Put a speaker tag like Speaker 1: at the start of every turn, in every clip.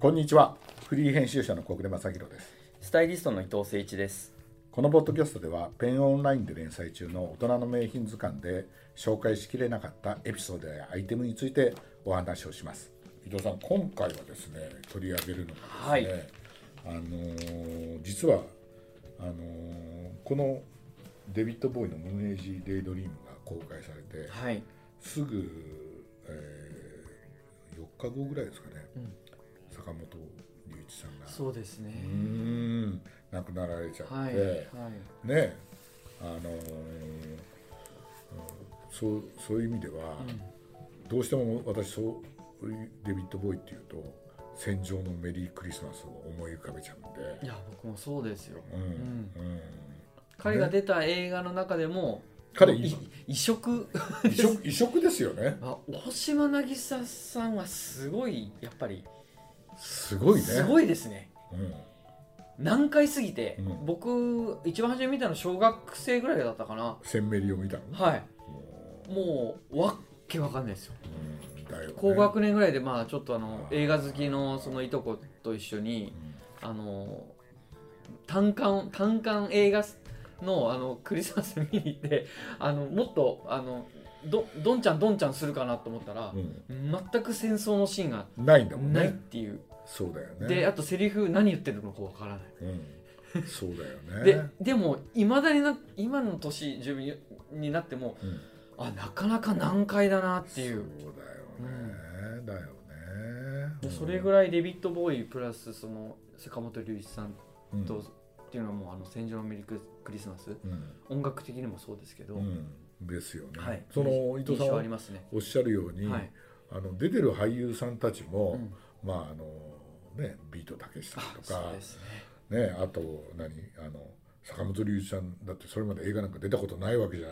Speaker 1: こんにちはフリー編集者の小暮正弘です
Speaker 2: スタイリストの伊藤誠一です。
Speaker 1: このポッドキャストではペンオンラインで連載中の大人の名品図鑑で紹介しきれなかったエピソードやアイテムについてお話をします伊藤さん今回はですね取り上げるのがですね、あのー実はあのーこのデビッド・ボーイの「ムーン・エイジ・デイ・ドリーム」が公開されて
Speaker 2: はい。
Speaker 1: すぐ、え4日後ぐらいですかね、坂本龍一さんが
Speaker 2: そうですね。
Speaker 1: うーん亡くなられちゃって、
Speaker 2: はい。
Speaker 1: ねあのーうんそうそういう意味では、どうしても私そういうデビッド・ボーイっていうと「戦場のメリークリスマス」を思い浮かべちゃうん
Speaker 2: い
Speaker 1: で、
Speaker 2: や、僕もそうですよ。
Speaker 1: うん
Speaker 2: ん
Speaker 1: うん
Speaker 2: 彼が出た映画の中でも、
Speaker 1: 彼
Speaker 2: い
Speaker 1: 今
Speaker 2: 異色
Speaker 1: 異色異色ですよね
Speaker 2: あ大島渚さんはすごいやっぱり
Speaker 1: すごいね
Speaker 2: すごいですね。
Speaker 1: うん
Speaker 2: 難解すぎて、
Speaker 1: うん
Speaker 2: 僕一番初め見たの小学生ぐらいだったかな。
Speaker 1: センメリを見たの
Speaker 2: はい。
Speaker 1: も
Speaker 2: もうわっけわかんないですよ。
Speaker 1: ううんだよね
Speaker 2: 高学年ぐらいでまあちょっとあの
Speaker 1: あー
Speaker 2: 映画好きのそのいとこと一緒に
Speaker 1: うん
Speaker 2: あの単館単館映画のあのクリスマス見に行ってあのもっとあのどどんちゃんどんちゃんするかなと思ったら、
Speaker 1: うん
Speaker 2: 全く戦争のシーンが
Speaker 1: ないんだもんね
Speaker 2: ないっていう、
Speaker 1: そうだよね
Speaker 2: であとセリフ何言ってるのかわからない、
Speaker 1: うん、そうだよね
Speaker 2: ででもいまだにな今の年自分になっても
Speaker 1: うん
Speaker 2: あなかなか難解だなっていう
Speaker 1: そうだよね、だよね
Speaker 2: もうそれぐらいデビッド・ボーイプラスその坂本龍一さん
Speaker 1: うん
Speaker 2: と、っていうのはもうあの戦場のメリークリスマス
Speaker 1: うん
Speaker 2: 音楽的にもそうですけど、
Speaker 1: うんですよね、
Speaker 2: はい、
Speaker 1: その伊藤さん
Speaker 2: 印象あ
Speaker 1: は
Speaker 2: りますね。
Speaker 1: おっしゃるように、
Speaker 2: はい、
Speaker 1: あの出てる俳優さんたちも、
Speaker 2: うん
Speaker 1: まああのねビートたけしさんと
Speaker 2: そ
Speaker 1: か
Speaker 2: うですね。
Speaker 1: ねあと何あの坂本龍一さんだってそれまで映画なんか出たことないわけじゃ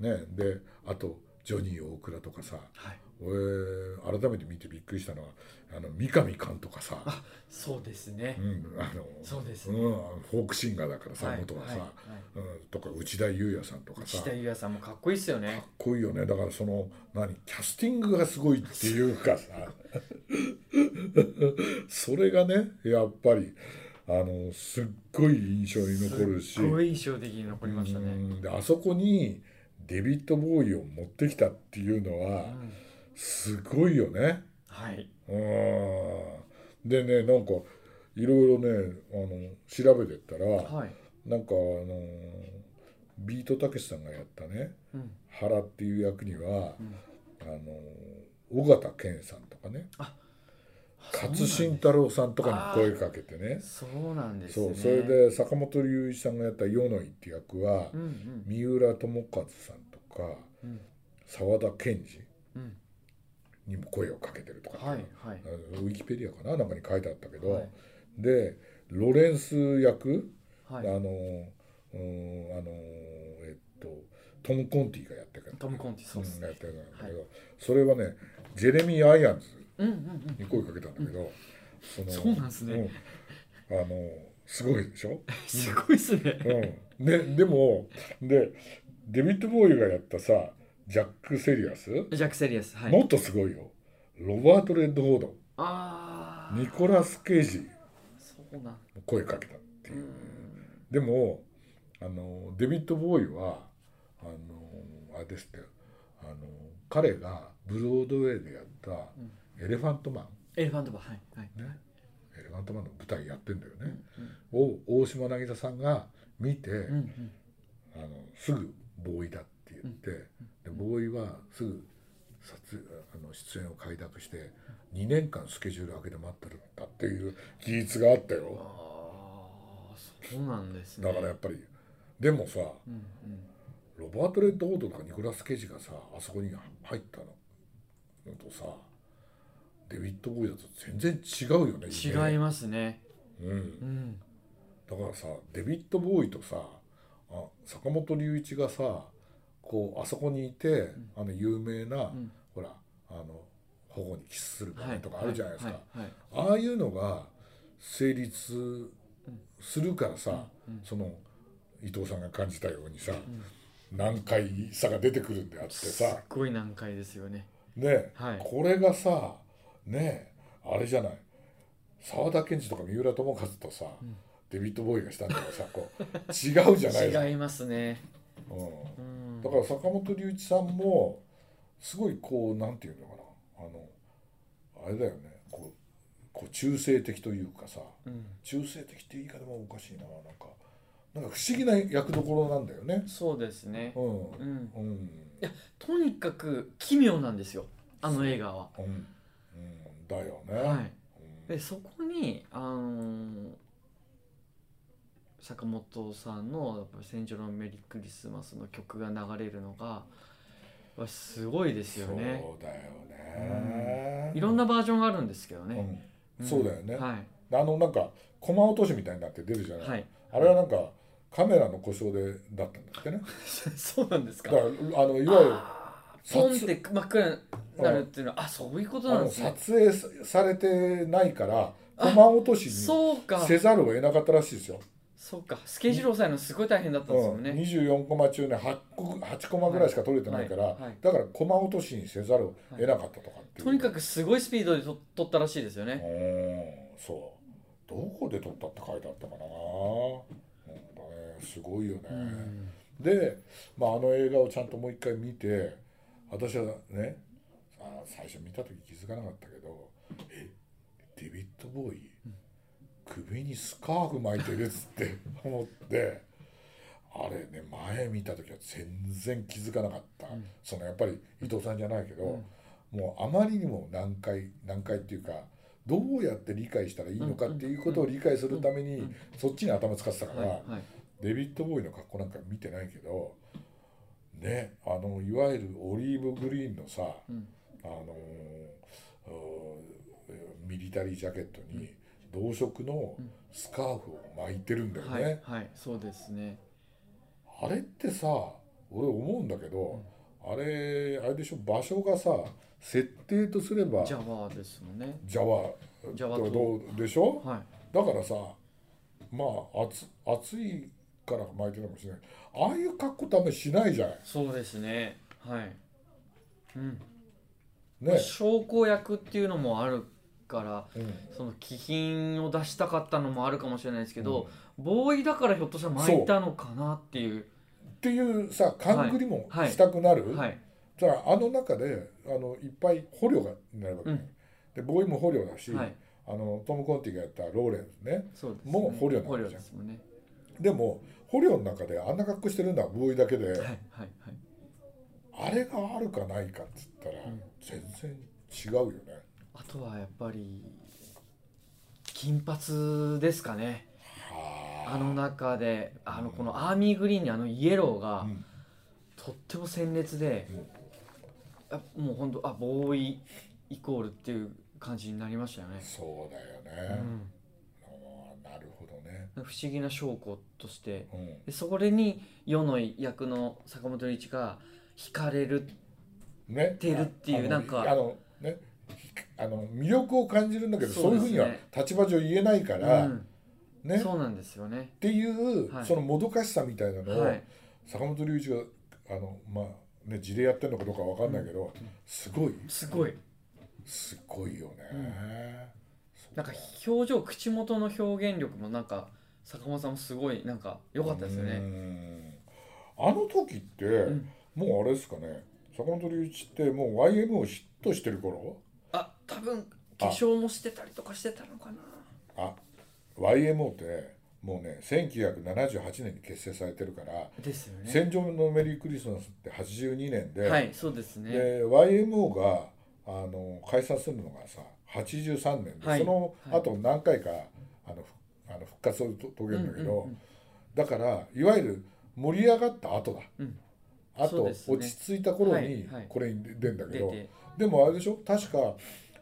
Speaker 1: ないねであとジョニー大倉とかさ
Speaker 2: はい、
Speaker 1: 俺改めて見てびっくりしたのはあの三上寛とかさ
Speaker 2: そうですね
Speaker 1: う。ん、あの
Speaker 2: そうです
Speaker 1: うん
Speaker 2: ね。
Speaker 1: フォークシンガーだからさ、元はさ、
Speaker 2: いい
Speaker 1: うん、とか内田裕也さんとかさ
Speaker 2: 石
Speaker 1: か
Speaker 2: 田
Speaker 1: っ
Speaker 2: ゆ也さんもかっこいいですよね。
Speaker 1: こいいよねだからその何キャスティングがすごいっていうかさ それがねやっぱりあのすっごい印象に残るし
Speaker 2: すっごい印象的に残りました
Speaker 1: う
Speaker 2: ね。
Speaker 1: んであそこにデビッド・ボーイを持ってきたっていうの
Speaker 2: う
Speaker 1: は
Speaker 2: ん
Speaker 1: すごいよね。
Speaker 2: はい。
Speaker 1: うんでねなんかいろいろねあの調べてったら、
Speaker 2: はい。
Speaker 1: なんかあのビートたけしさんがやったね
Speaker 2: うん。
Speaker 1: 原っていう役には、
Speaker 2: うん
Speaker 1: あの尾形健さんとかね勝新太郎さんとかに声かけてね
Speaker 2: そうなんです
Speaker 1: そう
Speaker 2: ね。
Speaker 1: それ。で坂本龍一さんがやった世の井っていう役は、
Speaker 2: うんうん
Speaker 1: 三浦友和さんとか
Speaker 2: うん
Speaker 1: 沢田研二
Speaker 2: うん。
Speaker 1: にも声をかけてるとかっていう
Speaker 2: はいはい
Speaker 1: あ。のウィキペディアかななんかに書いてあったけど、
Speaker 2: はい
Speaker 1: でロレンス役、
Speaker 2: はい
Speaker 1: あのうーんあのえっとトム・コンティがやってるから
Speaker 2: トムコンティそうです
Speaker 1: ん
Speaker 2: ね
Speaker 1: やってるんだけど、それはねジェレミー・アイアンズ
Speaker 2: うんうんうん。
Speaker 1: に声かけたんだけど、その
Speaker 2: そうなんですね。
Speaker 1: うんあのすごいでしょ、
Speaker 2: すごいですね。
Speaker 1: うん、ででもでデビッド・ボーイがやったさジャック・セリアス、
Speaker 2: ジャックセリアス。はい。
Speaker 1: もっとすごいよロバート・レッドフォード
Speaker 2: ああ。
Speaker 1: ニコラス・ケイジ
Speaker 2: そうなん。
Speaker 1: 声かけたっていうう、
Speaker 2: ん
Speaker 1: でもあのデビッド・ボーイはあのあれですってあの彼がブロードウェイでやった
Speaker 2: ん
Speaker 1: 「エレファントマン
Speaker 2: エレファントバーはいはい」。
Speaker 1: ね「エレファントマン」の舞台やってんだよ
Speaker 2: う
Speaker 1: ね、
Speaker 2: んうん
Speaker 1: を大島渚さんが見て、
Speaker 2: うんうん
Speaker 1: あのすぐボーイだって言って、でボーイはすぐ撮影あの出演を快諾して2年間スケジュール空けて待ってるんだっていう技術があった
Speaker 2: あ
Speaker 1: よ
Speaker 2: あそうなんですね
Speaker 1: だからやっぱりでもさ
Speaker 2: うん
Speaker 1: ロバート・レッドフォードとかニコラス・ケイジがさあそこに入ったのとさデビッド・ボーイだと全然違うよね
Speaker 2: うん、違いますね
Speaker 1: うん
Speaker 2: う、ん
Speaker 1: だからさデビッド・ボーイとさあ坂本龍一がさこうあそこにいて、あの有名な、
Speaker 2: ん
Speaker 1: ほらあの保護にキスする場
Speaker 2: は
Speaker 1: 面
Speaker 2: い
Speaker 1: とかあるじゃないですか、
Speaker 2: はいはい
Speaker 1: ああいうのが成立するからさ、その伊藤さんが感じたようにさ、難解さが出てくるんであって
Speaker 2: すっ
Speaker 1: さ
Speaker 2: ごい難解ですよね
Speaker 1: ね、
Speaker 2: はい
Speaker 1: これがさねあれじゃない沢田研二とか三浦友和とさ、
Speaker 2: うん
Speaker 1: デビッド・ボーイがしたんだけどさこう違うじゃないですか、
Speaker 2: 違いますね。
Speaker 1: うん
Speaker 2: うん
Speaker 1: だから坂本龍一さんもすごいこうなんていうのかなあのあれだよねこうこう中性的というかさ
Speaker 2: うん
Speaker 1: 中性的って言い方もおかしいななんかなんか不思議な役どころなんだよね。
Speaker 2: そうですね
Speaker 1: う。んう
Speaker 2: うんん。
Speaker 1: うん
Speaker 2: とにかく奇妙なんですよ。あの映画は。
Speaker 1: うんだよね。
Speaker 2: はい。
Speaker 1: うん
Speaker 2: でそこにあのー坂本さんのやっぱ「戦場のメリークリスマス」の曲が流れるのがやっぱすごいですよね。
Speaker 1: そうだよね。
Speaker 2: いろんなバージョンがあるんですけどね。
Speaker 1: うんそうだよね。
Speaker 2: はい
Speaker 1: あのなんか駒落としみたいになって出るじゃない。
Speaker 2: はい。
Speaker 1: あれはなんかカメラの故障でだったんだってね。
Speaker 2: そうなんです
Speaker 1: だ
Speaker 2: か。
Speaker 1: からあのいわゆる
Speaker 2: あーポンって真っ暗になるっていうのはあそういうこと
Speaker 1: あ
Speaker 2: なん
Speaker 1: の
Speaker 2: ですね。
Speaker 1: 撮影されてないから駒落としに
Speaker 2: そうか
Speaker 1: せざるを得なかったらしいですよ。
Speaker 2: そうかスケジュール抑えるのすごい大変だったんですよ
Speaker 1: うん、
Speaker 2: ね。
Speaker 1: 24コマ中ね 8, 個8コマぐらいしか取れてないから、
Speaker 2: はいはい
Speaker 1: だからコマ落としにせざるを得なかったとかっていう、
Speaker 2: とにかくすごいスピードでと撮ったらしいですよ
Speaker 1: う
Speaker 2: ね。
Speaker 1: んそうどこで撮ったって書いてあったかななんかねすごいよね、
Speaker 2: うん
Speaker 1: で、まあ、あの映画をちゃんともう一回見て私はねあ最初見た時気づかなかったけどえデビッド・ボーイ首にスカーフ巻いてるっつって思ってあれね前見た時は全然気づかなかった、
Speaker 2: うん
Speaker 1: そのやっぱり伊藤さんじゃないけど、
Speaker 2: うん
Speaker 1: もうあまりにも難解難解っていうかどうやって理解したらいいのかっていうことを理解するために、
Speaker 2: うんうん
Speaker 1: そっちに頭使ってたから。
Speaker 2: はいはい。
Speaker 1: デビッド・ボーイの格好なんか見てないけどねあのいわゆるオリーブグリーンのさ、
Speaker 2: うん
Speaker 1: あのーうんミリタリージャケットに同色の
Speaker 2: うん
Speaker 1: スカーフを巻いてるんだよ
Speaker 2: はい
Speaker 1: ね、
Speaker 2: はいそうですね。
Speaker 1: あれってさ俺思うんだけど、あれあれでしょ場所がさ設定とすれば
Speaker 2: ジャワですもんね。
Speaker 1: ジャワ
Speaker 2: ジャワ
Speaker 1: と
Speaker 2: 島
Speaker 1: どうでしょ、
Speaker 2: はい。
Speaker 1: だからさまあ暑暑いから巻いてるかもしれないああいう格好ってあんまりしないじゃない
Speaker 2: そうですね。はい。うん。
Speaker 1: ね、
Speaker 2: 証拠役っていうのもあるから。
Speaker 1: うん、
Speaker 2: その気品を出したかったのもあるかもしれないですけど、ボーイだからひょっとしたら巻いたのかなっていう
Speaker 1: っていうさ勘繰りも
Speaker 2: はいはい
Speaker 1: したくなる、
Speaker 2: はい
Speaker 1: じゃああの中であのいっぱい捕虜がになるわけ、
Speaker 2: う
Speaker 1: ね
Speaker 2: ん
Speaker 1: でボーイも捕虜だし、
Speaker 2: はい
Speaker 1: あのトム・コンティがやったローレンスね
Speaker 2: そうです、ね、
Speaker 1: もう捕虜なんだ
Speaker 2: 捕虜ですもんね
Speaker 1: でも捕虜の中であんな格好してるのはボーイだけで、
Speaker 2: はいはいはい
Speaker 1: あれがあるかないかっつったら、
Speaker 2: うん
Speaker 1: 全然違うよね
Speaker 2: あとはやっぱり金髪ですかねあの中であのこのアーミーグリーンにあのイエローが
Speaker 1: うん
Speaker 2: とっても鮮烈で、あもう本当あボーイイコールっていう感じになりましたよね、
Speaker 1: そうだ
Speaker 2: う
Speaker 1: よね、
Speaker 2: ん、
Speaker 1: あーなるほどね、
Speaker 2: 不思議な証拠として
Speaker 1: うん
Speaker 2: でそれに世の役の坂本龍一が惹かれる
Speaker 1: ね、
Speaker 2: てるっていう
Speaker 1: あの
Speaker 2: なんか
Speaker 1: あのねあの魅力を感じるんだけどそ,、
Speaker 2: そううですね
Speaker 1: いうふうには立場上言えないか
Speaker 2: う
Speaker 1: ら、
Speaker 2: ん
Speaker 1: ねっ
Speaker 2: そうなんですよね
Speaker 1: ていう、
Speaker 2: はい
Speaker 1: そのもどかしさみたいなのを、
Speaker 2: はい
Speaker 1: 坂本龍一があのまあね事例やってるのかどうかわかんないけど、すごい
Speaker 2: すごい
Speaker 1: すごいよね。そう
Speaker 2: なんか表情口元の表現力もなんか坂本さんもすごいなんか良かったですよ
Speaker 1: う
Speaker 2: ね
Speaker 1: んあの時って、
Speaker 2: ん
Speaker 1: もうあれですかね坂本龍一ってもう YM をヒットしてる頃
Speaker 2: あ多分化粧もしてたりとかしてたのかな
Speaker 1: あ YMO ってもうね1978年に結成されてるから
Speaker 2: です
Speaker 1: 「
Speaker 2: よね
Speaker 1: 戦場のメリークリスマス」って82年で,、
Speaker 2: はいそうですね
Speaker 1: で YMO があの解散するのがさ83年で、
Speaker 2: はい
Speaker 1: その後何回かあのふあの復活をと遂げるんだけど、
Speaker 2: うんうんうん
Speaker 1: だからいわゆる盛り上がった後だ。
Speaker 2: うん
Speaker 1: あ
Speaker 2: そう
Speaker 1: と、
Speaker 2: ですね
Speaker 1: 落ち着いた頃に
Speaker 2: はいはい
Speaker 1: これに出るんだけ
Speaker 2: 出
Speaker 1: ど、
Speaker 2: て
Speaker 1: でもあれでしょ確か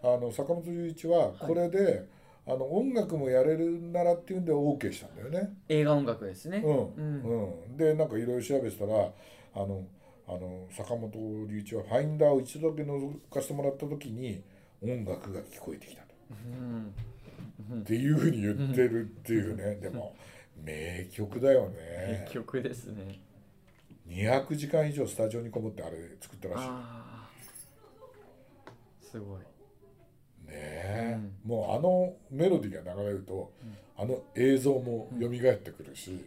Speaker 1: あの坂本龍一はこれで、あの音楽もやれるならっていうんで OK したんだよね。
Speaker 2: 映画音楽ですね
Speaker 1: う
Speaker 2: うん
Speaker 1: んうん、でなんかいろいろ調べてたらあのあの坂本龍一はファインダーを一度だけ覗かせてもらった時に音楽が聞こえてきたと
Speaker 2: うん
Speaker 1: っていうふうに言ってるっていうね、でも名曲だよね
Speaker 2: 結局ですね
Speaker 1: 200時間以上スタジオにこもってあれ作ったらしい。
Speaker 2: ああすごい
Speaker 1: ねえ、
Speaker 2: うん
Speaker 1: もうあのメロディーが流れると、あの映像も蘇ってくるし、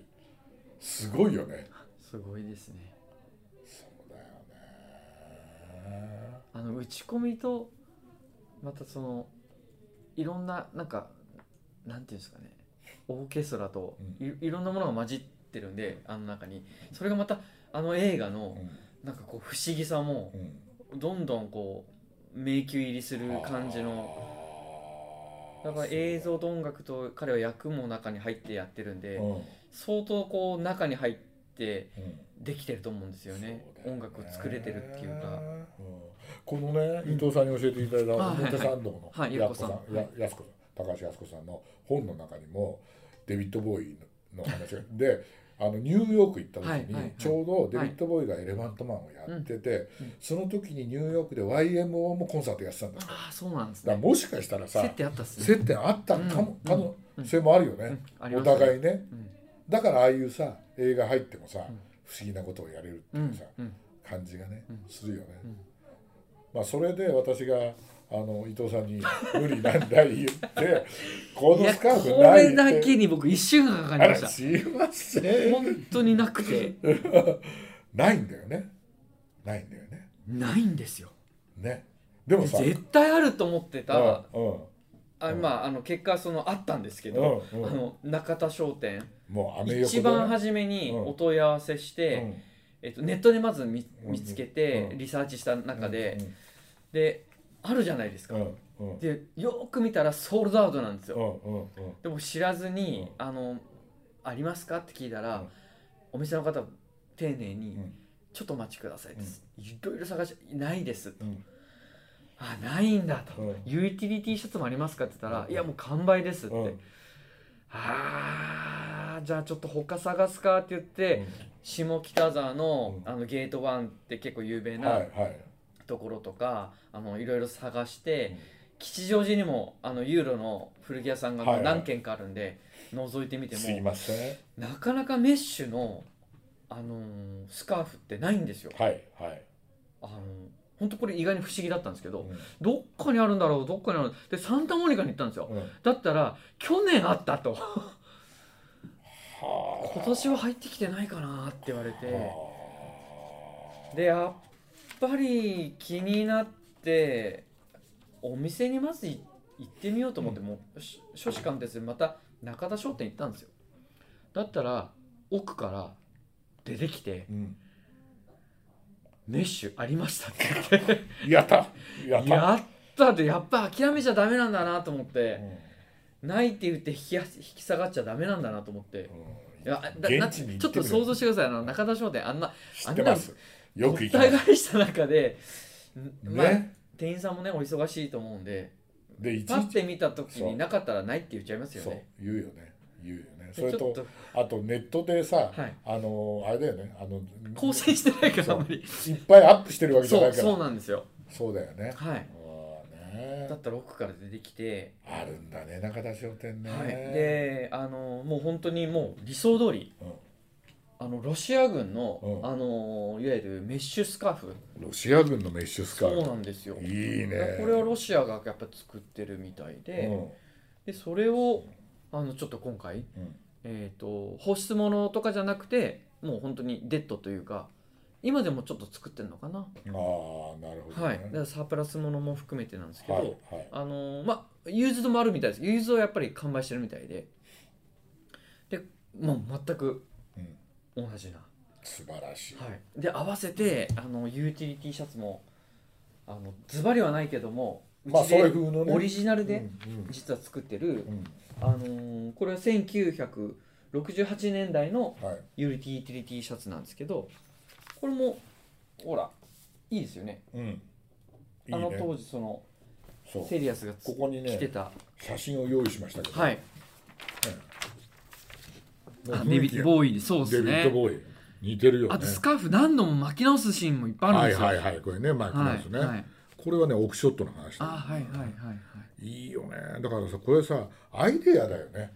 Speaker 1: すごいよね
Speaker 2: すごいですね
Speaker 1: そうだよね
Speaker 2: あの打ち込みとまたそのいろんななんかなんていうんですかねオーケストラとい,、ろんなものが混じってるんであの中にそれがまたあの映画のなんかこう不思議さも
Speaker 1: うん、うん
Speaker 2: どんどんこう迷宮入りする感じの
Speaker 1: あー
Speaker 2: だから映像と音楽と彼は役も中に入ってやってるんで
Speaker 1: そううん
Speaker 2: 相当こう中に入って
Speaker 1: うん
Speaker 2: できてると思うんですよね
Speaker 1: そうだよ
Speaker 2: 音楽を作れてるっていうか
Speaker 1: うんこのね伊藤さんに教えていただいた
Speaker 2: あはいはい
Speaker 1: 表参道の
Speaker 2: はい
Speaker 1: やっこさん
Speaker 2: やっこさん
Speaker 1: ややすこさん高橋靖子さんの本の中にもデビッド・ボーイの 話がであのニューヨーク行った
Speaker 2: はい
Speaker 1: 時
Speaker 2: はい
Speaker 1: に
Speaker 2: はい
Speaker 1: ちょうどデビッド・ボーイがエレファントマンをやってて
Speaker 2: うんうん
Speaker 1: その時にニューヨークで YMO もコンサートやってたんだだか
Speaker 2: ああそうなんです
Speaker 1: ら
Speaker 2: ね
Speaker 1: もしかしたら
Speaker 2: 接
Speaker 1: さ
Speaker 2: 点あったっすね
Speaker 1: 接点あったかも
Speaker 2: うん
Speaker 1: 可能
Speaker 2: うん
Speaker 1: 性もあるよ
Speaker 2: う
Speaker 1: ね
Speaker 2: んあり
Speaker 1: お
Speaker 2: ました
Speaker 1: 互いね
Speaker 2: うん
Speaker 1: だからああいうさ映画入ってもさ
Speaker 2: ん
Speaker 1: 不思議なことをやれるって
Speaker 2: う
Speaker 1: いうんさ
Speaker 2: うん
Speaker 1: 感じがね、
Speaker 2: うん
Speaker 1: するよね、
Speaker 2: うん
Speaker 1: まあそれで私があの伊藤さんに無理難題言って こ
Speaker 2: い
Speaker 1: の
Speaker 2: や
Speaker 1: ス
Speaker 2: こ
Speaker 1: カーフない
Speaker 2: れ
Speaker 1: っ
Speaker 2: だ
Speaker 1: て
Speaker 2: けに僕一週間かか
Speaker 1: あ
Speaker 2: りま
Speaker 1: ら
Speaker 2: した
Speaker 1: すいません
Speaker 2: 本当になくて
Speaker 1: ないんだよねないんだよね
Speaker 2: ないんですよ
Speaker 1: ねでもさ
Speaker 2: 絶対あると思ってた、
Speaker 1: うんうん
Speaker 2: あ
Speaker 1: うん
Speaker 2: まああの結果そのあったんですけ
Speaker 1: う
Speaker 2: ど、
Speaker 1: んうん
Speaker 2: あの中田商店
Speaker 1: もう雨横
Speaker 2: 一番初めに
Speaker 1: うん
Speaker 2: お問い合わせして、えっと、ネットでまず見
Speaker 1: うん
Speaker 2: 見つけて、
Speaker 1: うん
Speaker 2: リサーチした中で、であるじゃないです
Speaker 1: う
Speaker 2: か、
Speaker 1: んうんうんうん
Speaker 2: でよく見たらソールドアウトなんですよ、
Speaker 1: うんうんうん
Speaker 2: でも知らずに、
Speaker 1: う
Speaker 2: あの「ありますか?」って聞いたら、
Speaker 1: うん
Speaker 2: お店の方丁寧に、
Speaker 1: うん
Speaker 2: ちょっとお待ちください」です、いろいろ探し「ないです」と
Speaker 1: うん
Speaker 2: 「あないんだ」と、
Speaker 1: うん
Speaker 2: ユーティリティシャツもありますか?」って言ったら「
Speaker 1: うん
Speaker 2: いやもう完売です」って「
Speaker 1: うん
Speaker 2: あーじゃあちょっと他探すか」って言って、下北沢の,、
Speaker 1: うん
Speaker 2: あのゲートワンって結構有名
Speaker 1: はい
Speaker 2: な
Speaker 1: はい
Speaker 2: ところとか、あのいろいろ探して、
Speaker 1: うん
Speaker 2: 吉祥寺にもあのユーロの古着屋さん
Speaker 1: はい
Speaker 2: が
Speaker 1: はい
Speaker 2: 何軒かあるんで、覗いてみて
Speaker 1: すい
Speaker 2: も
Speaker 1: ません
Speaker 2: なかなかメッシュの、あのースカーフってないんですよ。
Speaker 1: はいはい
Speaker 2: あのー本当これ意外に不思議だったんですけど、
Speaker 1: う
Speaker 2: どっかにあるんだろうどっかにあるでサンタモニカに行ったんですよ
Speaker 1: んうん
Speaker 2: だったら去年あったと
Speaker 1: はあ
Speaker 2: 今年は入ってきてないかなって言われて
Speaker 1: は
Speaker 2: でやっぱり気になってお店にまずい行ってみようと思って、もうし初志貫徹でまた中田商店行ったんですよだったら奥から出てきて
Speaker 1: あうん
Speaker 2: 「メッシュありました」って言って
Speaker 1: やったやった
Speaker 2: やったってやっぱ諦めちゃダメなんだなと思って、ないって言って引きや引き下がっちゃダメなんだなと思っていやだ
Speaker 1: 現
Speaker 2: な
Speaker 1: 地に
Speaker 2: ち
Speaker 1: 行
Speaker 2: ょ
Speaker 1: っ
Speaker 2: って
Speaker 1: み
Speaker 2: と
Speaker 1: る
Speaker 2: 想像してくださいあの中田商店あんな
Speaker 1: 知ってますよく行き
Speaker 2: お
Speaker 1: ます
Speaker 2: 互いした中で、んまあ
Speaker 1: ね
Speaker 2: 店員さんもねお忙しいと思うんで
Speaker 1: でいち
Speaker 2: パ
Speaker 1: い
Speaker 2: ッ
Speaker 1: ち
Speaker 2: て見た時
Speaker 1: そう
Speaker 2: になかったらないって言っちゃいますよ
Speaker 1: そう
Speaker 2: ね
Speaker 1: 言うよね言うよね
Speaker 2: で
Speaker 1: それ
Speaker 2: ちょっ
Speaker 1: と
Speaker 2: と
Speaker 1: あとネットでさ
Speaker 2: はい
Speaker 1: あのあれだよねあの
Speaker 2: 更新してないから
Speaker 1: そう
Speaker 2: あんまり
Speaker 1: いっぱいアップしてるわけじゃ
Speaker 2: そ
Speaker 1: な
Speaker 2: う
Speaker 1: いか
Speaker 2: そう
Speaker 1: ら
Speaker 2: なんですよ
Speaker 1: そうだよね
Speaker 2: はい
Speaker 1: あね
Speaker 2: だったら奥から出てきて、
Speaker 1: あるんだね中田商店ね
Speaker 2: はい、であのもう本当にもう理想通りあのロシア軍の、
Speaker 1: うん
Speaker 2: あのいわゆるメッシュスカーフ
Speaker 1: うんロシア軍のメッシュスカ
Speaker 2: そう
Speaker 1: ー
Speaker 2: なんですよ
Speaker 1: フいい
Speaker 2: だか
Speaker 1: ね
Speaker 2: らこれはロシアがやっぱ作ってるみたいで、でそれをあのちょっと今回、
Speaker 1: うん
Speaker 2: えー、と放出物とかじゃなくてもう本当にデッドというか今でもちょっと作ってるのかな、
Speaker 1: うんああなるほど
Speaker 2: はい、だ
Speaker 1: ね
Speaker 2: からサープラス物も含めてなんですけど、
Speaker 1: はいはい
Speaker 2: あのーまあユーズドもあるみたいですユーズドはやっぱり完売してるみたいででもう全く
Speaker 1: うん
Speaker 2: 同じな、
Speaker 1: 素晴らしい
Speaker 2: はい、で合わせてあのユーティリティシャツもあのズバリはないけどもう
Speaker 1: まあ
Speaker 2: ち
Speaker 1: そ
Speaker 2: で
Speaker 1: れ風のね
Speaker 2: オリジナルで
Speaker 1: うん
Speaker 2: 実は作ってる、
Speaker 1: うん
Speaker 2: あのーこれは1968年代の
Speaker 1: うんはい
Speaker 2: ユーティリティシャツなんですけどこれもほらいいですよね
Speaker 1: うんいい
Speaker 2: あの
Speaker 1: ね
Speaker 2: 当時その
Speaker 1: そう
Speaker 2: セリアスがつ
Speaker 1: ここに
Speaker 2: 着て
Speaker 1: ね
Speaker 2: た
Speaker 1: 写真を用意しましたけど、
Speaker 2: はい
Speaker 1: もう
Speaker 2: あ
Speaker 1: 雰
Speaker 2: デ
Speaker 1: 囲
Speaker 2: ビ
Speaker 1: 気
Speaker 2: ッド・
Speaker 1: が
Speaker 2: ボーイそうで
Speaker 1: デ
Speaker 2: す
Speaker 1: ビッド・
Speaker 2: ね
Speaker 1: ボーイ似てるよね
Speaker 2: あとスカーフ何度も巻き直すシーンもいっぱいあるん
Speaker 1: は
Speaker 2: で
Speaker 1: い
Speaker 2: すよ
Speaker 1: はいはいこれねマイク
Speaker 2: は
Speaker 1: なん
Speaker 2: い
Speaker 1: ですね、
Speaker 2: はい
Speaker 1: これはねオフショットの話
Speaker 2: あ
Speaker 1: だ
Speaker 2: はいはいはいはい
Speaker 1: いいよねだからさこれさアイデアだよね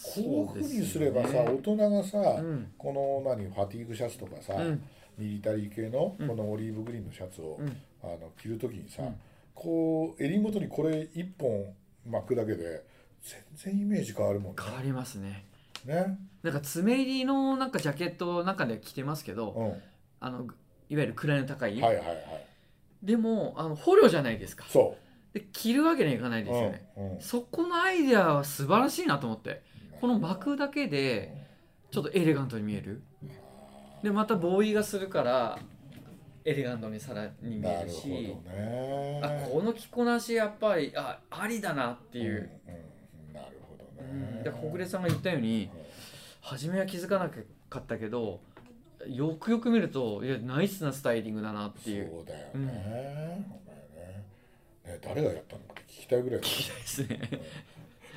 Speaker 1: こういうふうにすればさ、
Speaker 2: そうです
Speaker 1: 大人がさ、
Speaker 2: ん
Speaker 1: この何ファティーグシャツとかさ、
Speaker 2: うん
Speaker 1: ミリタリー系のこのオリーブグリーンのシャツを、
Speaker 2: うん
Speaker 1: あの着るときにさ、
Speaker 2: うん
Speaker 1: こう襟元にこれ一本巻くだけで全然イメージ変わるもんね
Speaker 2: 変わりますね
Speaker 1: ね、
Speaker 2: なんか爪入りのなんかジャケットの中で着てますけど、
Speaker 1: うん、
Speaker 2: あのいわゆる位の高い、
Speaker 1: はいはいはい
Speaker 2: でもあの捕虜じゃないですか
Speaker 1: そ、
Speaker 2: で着るわけにはいかないうですよね、
Speaker 1: うんうん
Speaker 2: そこのアイデアは素晴らしいなと思ってこの巻くだけでちょっとエレガントに見えるでまたボーイがするからエレガントにさらに見
Speaker 1: な
Speaker 2: え
Speaker 1: る
Speaker 2: る
Speaker 1: ほ
Speaker 2: し
Speaker 1: どね
Speaker 2: あこの着こなしやっぱりあありだなっていう、
Speaker 1: うんうんなるほ
Speaker 2: う
Speaker 1: どね
Speaker 2: ん、で小暮さんが言ったように初めは気づかなかったけどよくよく見るといやナイスなスタイリングだなって いう
Speaker 1: そうだよね、
Speaker 2: う
Speaker 1: お
Speaker 2: ん
Speaker 1: 前ねね誰がやったのか聞きたいぐらいだ
Speaker 2: 聞きたいですね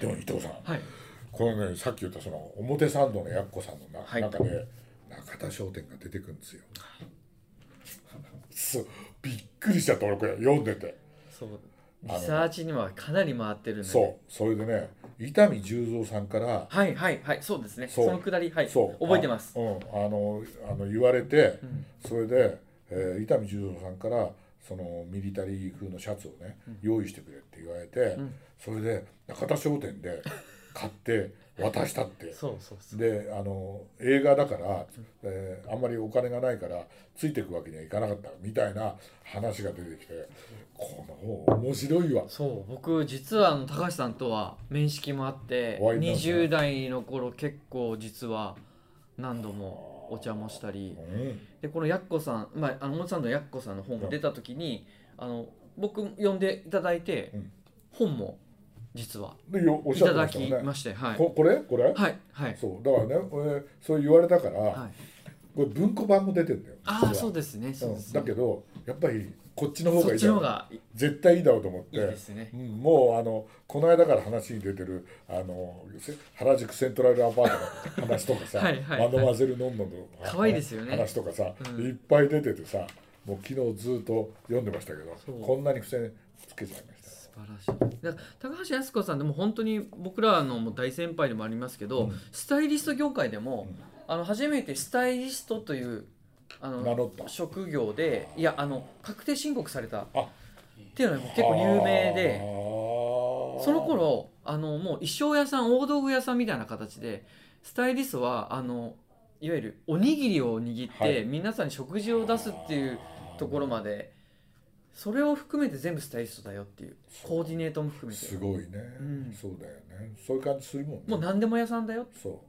Speaker 1: でも伊藤さん
Speaker 2: はい
Speaker 1: このねさっき言ったその表参道のやっこさんのな、
Speaker 2: はい
Speaker 1: 中で中田商店が出てくるんですよそうびっくりしちゃった俺これ読んでて
Speaker 2: そうリサーチにはかなり回ってるんで
Speaker 1: そうそれでね伊丹十三さんから
Speaker 2: はいはいはいそうですね
Speaker 1: そ
Speaker 2: そうのくだりはい
Speaker 1: そう
Speaker 2: 覚えてます
Speaker 1: あうん、あのあの言われて、
Speaker 2: ん
Speaker 1: それで、えー伊丹十三さんからそのミリタリー風のシャツをね、用意してくれって言われて、
Speaker 2: ん
Speaker 1: それで中田商店で買って渡したって
Speaker 2: そうそうそう
Speaker 1: であの映画だから、えーあんまりお金がないからついてくわけにはいかなかったみたいな話が出てきてこの本面白いわ
Speaker 2: そう僕実はあの高橋さんとは面識もあって
Speaker 1: お会いになるんですね
Speaker 2: 20代の頃結構実は何度もお茶もしたり
Speaker 1: うん
Speaker 2: でこのやっこさん、まあ、あのもさんのやっこさんの本
Speaker 1: うん
Speaker 2: が出た時にあの僕呼んでいただいて、
Speaker 1: うん
Speaker 2: 本も実は
Speaker 1: でよおっ
Speaker 2: い
Speaker 1: しゃ
Speaker 2: た
Speaker 1: ってました
Speaker 2: だき
Speaker 1: もんね
Speaker 2: まして、はい
Speaker 1: ここれこれ、
Speaker 2: はいはい
Speaker 1: そうだからね俺そう言われたから、
Speaker 2: はい
Speaker 1: これ文庫版も出てんだよ
Speaker 2: ああ
Speaker 1: 実
Speaker 2: そ
Speaker 1: は
Speaker 2: うですねそうです
Speaker 1: うん
Speaker 2: ね
Speaker 1: だけどやっぱりこっちの方が
Speaker 2: そ
Speaker 1: い
Speaker 2: っ
Speaker 1: い
Speaker 2: ち
Speaker 1: だ
Speaker 2: の
Speaker 1: ろ
Speaker 2: 方
Speaker 1: う
Speaker 2: がいい
Speaker 1: 絶対いいだろうと思って
Speaker 2: ですね
Speaker 1: うん、もうあのこの間から話に出てるあのせ原宿セントラルアパートの 話とかさ
Speaker 2: はいはいはい
Speaker 1: マドマゼル・ノンノのあ
Speaker 2: 可愛いですよね
Speaker 1: 話とかさ、
Speaker 2: うん
Speaker 1: いっぱい出ててさもう昨日ずっと読んでましたけど
Speaker 2: そう
Speaker 1: こんなに付箋つけちゃいました
Speaker 2: 素晴らしいだから高橋靖子さんでも本当に僕らのもう大先輩でもありますけど、
Speaker 1: うん
Speaker 2: スタイリスト業界でも、あの初めてスタイリストというあ
Speaker 1: 名乗っ
Speaker 2: の
Speaker 1: た
Speaker 2: 職業でいやあの確定申告されたっ
Speaker 1: あ
Speaker 2: ていうのが結構有名
Speaker 1: あー
Speaker 2: でその頃あのもう衣装屋さん大道具屋さんみたいな形でスタイリストはあのいわゆるおにぎりを握って、
Speaker 1: はい
Speaker 2: 皆さんに食事を出すっていうところまでそれを含めて全部スタイリストだよっていうコーディネートも含めて。
Speaker 1: すごいね、
Speaker 2: うん
Speaker 1: そうだよねそういう感じするもんね
Speaker 2: もう何でも屋さんだよ
Speaker 1: そう、うん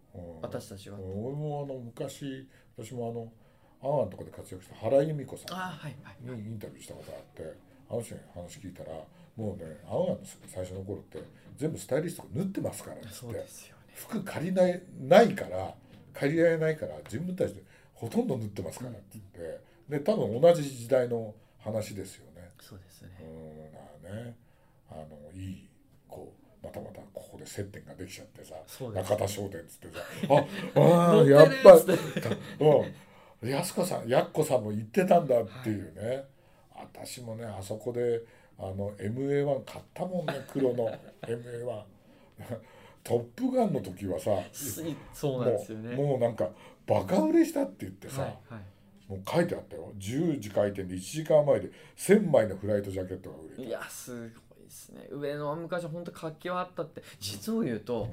Speaker 2: 私たちは
Speaker 1: 俺もあの昔私もあの「あんあん」とかで活躍した原由美子さん
Speaker 2: ああはいはい
Speaker 1: にインタビューしたことがあってあの人に話聞いたらもうね「あんあん」の最初の頃って全部スタイリストが縫ってますからっつ
Speaker 2: そ
Speaker 1: っ
Speaker 2: う
Speaker 1: て
Speaker 2: ですよね
Speaker 1: 服借りないないから借りられないから自分たちでほとんど縫ってますからっつってで多分同じ時代の話ですよね。
Speaker 2: そうです
Speaker 1: う
Speaker 2: ね
Speaker 1: んだからねあのいいこうまたまたここで接点ができちゃってさ
Speaker 2: そうです
Speaker 1: 中田商店っつってさああー
Speaker 2: 乗ってる
Speaker 1: やっぱ
Speaker 2: っつっ
Speaker 1: うん安子さんやっこさんも言ってたんだっていうね、私もねあそこであの MA1 買ったもんね黒 の MA1 トップガンの時はさ
Speaker 2: すそうなんですよね
Speaker 1: もうもうなんかバカ売れしたって言ってさ、
Speaker 2: はいはい
Speaker 1: もう書いてあったよ10時開店で1時間前で1000枚のフライトジャケットが売れた
Speaker 2: いやすごいですね上野は昔本当活気はあったって実を言うと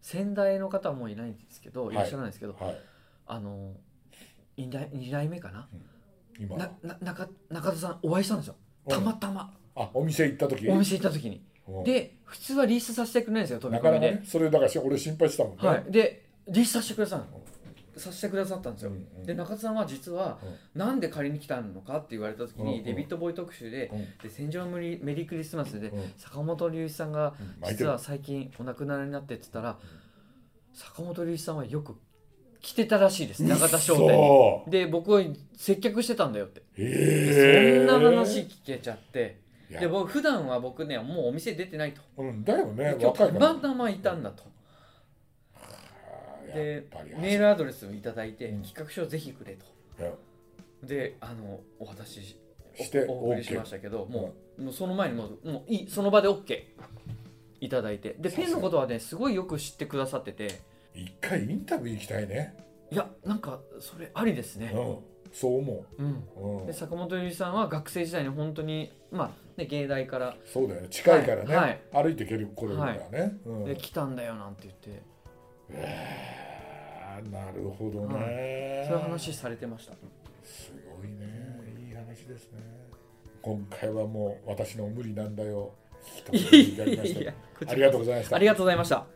Speaker 2: 先代の方はもういないんですけど
Speaker 1: はい
Speaker 2: いらっしゃらないですけど、
Speaker 1: はい、
Speaker 2: あの2代二代目かな
Speaker 1: 今
Speaker 2: なな中中田さんお会いしたんですよたまたま
Speaker 1: あお店行った時
Speaker 2: お店行った時に
Speaker 1: うん
Speaker 2: で普通はリースさせてくれないんですよ飛び
Speaker 1: なか
Speaker 2: 込
Speaker 1: な
Speaker 2: み
Speaker 1: か
Speaker 2: で、
Speaker 1: ねそれだからし俺心配したもんね、
Speaker 2: はい、でリースさせてくださいさせてくださったんですよ、
Speaker 1: うんうん
Speaker 2: で中田さんは実は、なんで借りに来たのかって言われた時
Speaker 1: うんう
Speaker 2: に、
Speaker 1: ん
Speaker 2: デビッド・ボーイ特集で
Speaker 1: うん
Speaker 2: 「で戦場のメリメリークリスマスで」
Speaker 1: うん
Speaker 2: 坂本龍一さんが
Speaker 1: うん巻いて
Speaker 2: 実
Speaker 1: る
Speaker 2: は最近お亡くなりになってって言ったら、坂本龍一さんはよく来てたらしいです中田商店
Speaker 1: 店
Speaker 2: で僕は接客してたんだよって、
Speaker 1: えー、
Speaker 2: そんな話聞けちゃって
Speaker 1: いや
Speaker 2: で僕普段は僕ねもうお店出てないと
Speaker 1: うんだよね
Speaker 2: で今日
Speaker 1: 若い
Speaker 2: た
Speaker 1: から
Speaker 2: またまいたんだと。
Speaker 1: あーやっ
Speaker 2: で
Speaker 1: ぱり
Speaker 2: メールアドレスをいただいて、
Speaker 1: うん
Speaker 2: 企画書をぜひくれと
Speaker 1: う
Speaker 2: であのお渡しし
Speaker 1: して
Speaker 2: おお送りし
Speaker 1: OK
Speaker 2: ましたけど、もうもうその前にもうもういいその場で OK いただいてで
Speaker 1: さすが
Speaker 2: ペンのことはねすごいよく知ってくださってて
Speaker 1: ん一回インタビュー行きたいね
Speaker 2: いやなんかそれありですね
Speaker 1: うんそう思
Speaker 2: うん、
Speaker 1: う、うん
Speaker 2: で、坂本龍一さんは学生時代に本当にまあね芸大から、
Speaker 1: そうだよね近いからね、
Speaker 2: はい
Speaker 1: 歩いていける頃だよね、うん
Speaker 2: で来たんだよなんて言って
Speaker 1: えーなるほどね、
Speaker 2: そういう話されてました
Speaker 1: すごいねいい話ですね今回はもう私の無理なんだよ聞きたいただきました
Speaker 2: こち
Speaker 1: ありが
Speaker 2: らこそ
Speaker 1: とうございました
Speaker 2: ありがとうございました